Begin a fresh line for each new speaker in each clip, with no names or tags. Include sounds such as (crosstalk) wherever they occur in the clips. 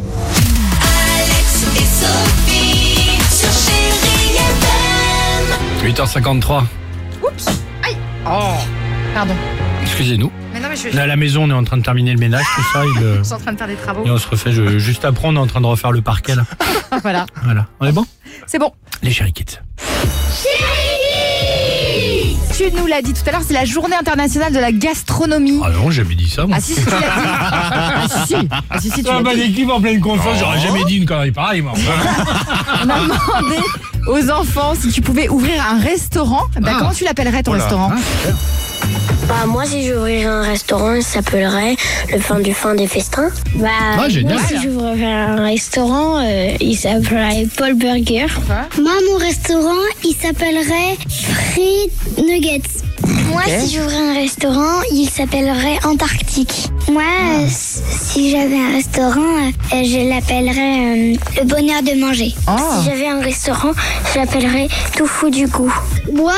Alex et Sophie sur Chérie FM.
8h53.
Pardon.
Excusez-nous.
Mais non, mais je, je
Là, à la maison, on est en train de terminer le ménage, tout ça.
(laughs)
Et, le-
suis en train de faire des travaux.
et on se refait. je- juste après, on est en train de refaire le parquet, là.
(laughs) voilà.
Voilà. On est bon
C'est bon.
Les chéri kids.
Tu nous l'as dit tout à l'heure, c'est la journée internationale de la gastronomie.
Ah non, j'ai jamais dit ça.
Ah si, si, tu l'as dit. Ah si, si. Ah, si, si, tu l'as dit. Oh.
équipe en pleine confiance, j'aurais jamais dit une connerie pareille, moi.
On a demandé aux enfants si tu pouvais ouvrir un restaurant. Bah,
Ah.
comment tu l'appellerais
Oh
ton restaurant
Hein,
Bah moi si j'ouvrirais un restaurant, il s'appellerait le fin du fin des festins. Bah
Ah, génial.
moi si j'ouvrais un restaurant, euh, il s'appellerait Paul Burger. Moi mon restaurant, il s'appellerait Fried Nuggets. Moi si j'ouvrais un restaurant, il s'appellerait Antarctique. Moi euh, si j'avais un restaurant, euh, je l'appellerais euh, le bonheur de manger. Si j'avais un restaurant, je l'appellerais Tout fou du goût. Moi,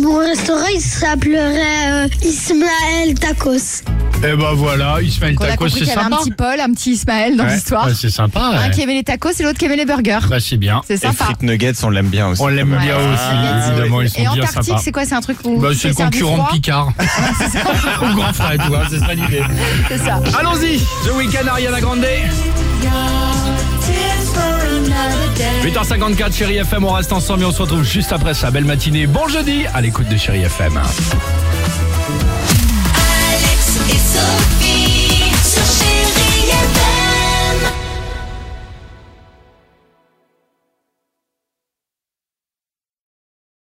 mon restaurant, il s'appellerait euh, Ismaël Tacos.
Eh ben voilà, Ismaël
Qu'on a
Tacos,
compris
c'est
qu'il y avait
sympa.
un petit Paul, un petit Ismaël dans
Ouais.
l'histoire.
Ouais, c'est sympa.
Un
ouais.
qui aimait les tacos et l'autre qui aimait les burgers.
Bah, c'est bien.
C'est
Et
sympa.
frites nuggets, on l'aime bien aussi.
On l'aime
Ouais.
bien
Ah,
aussi, évidemment. Ils sont
Et
bien
Antarctique,
sympas.
c'est quoi C'est un truc où
Bah,
tu
c'est
fais
le
servir
concurrent de
froid
Picard. (laughs) Au grand frère, et tout, hein, c'est ça l'idée.
C'est ça.
Allons-y The Weekend Ariana Grande 8h54 Chérie FM, on reste ensemble et on se retrouve juste après ça. Belle matinée, bon jeudi à l'écoute de Chérie FM.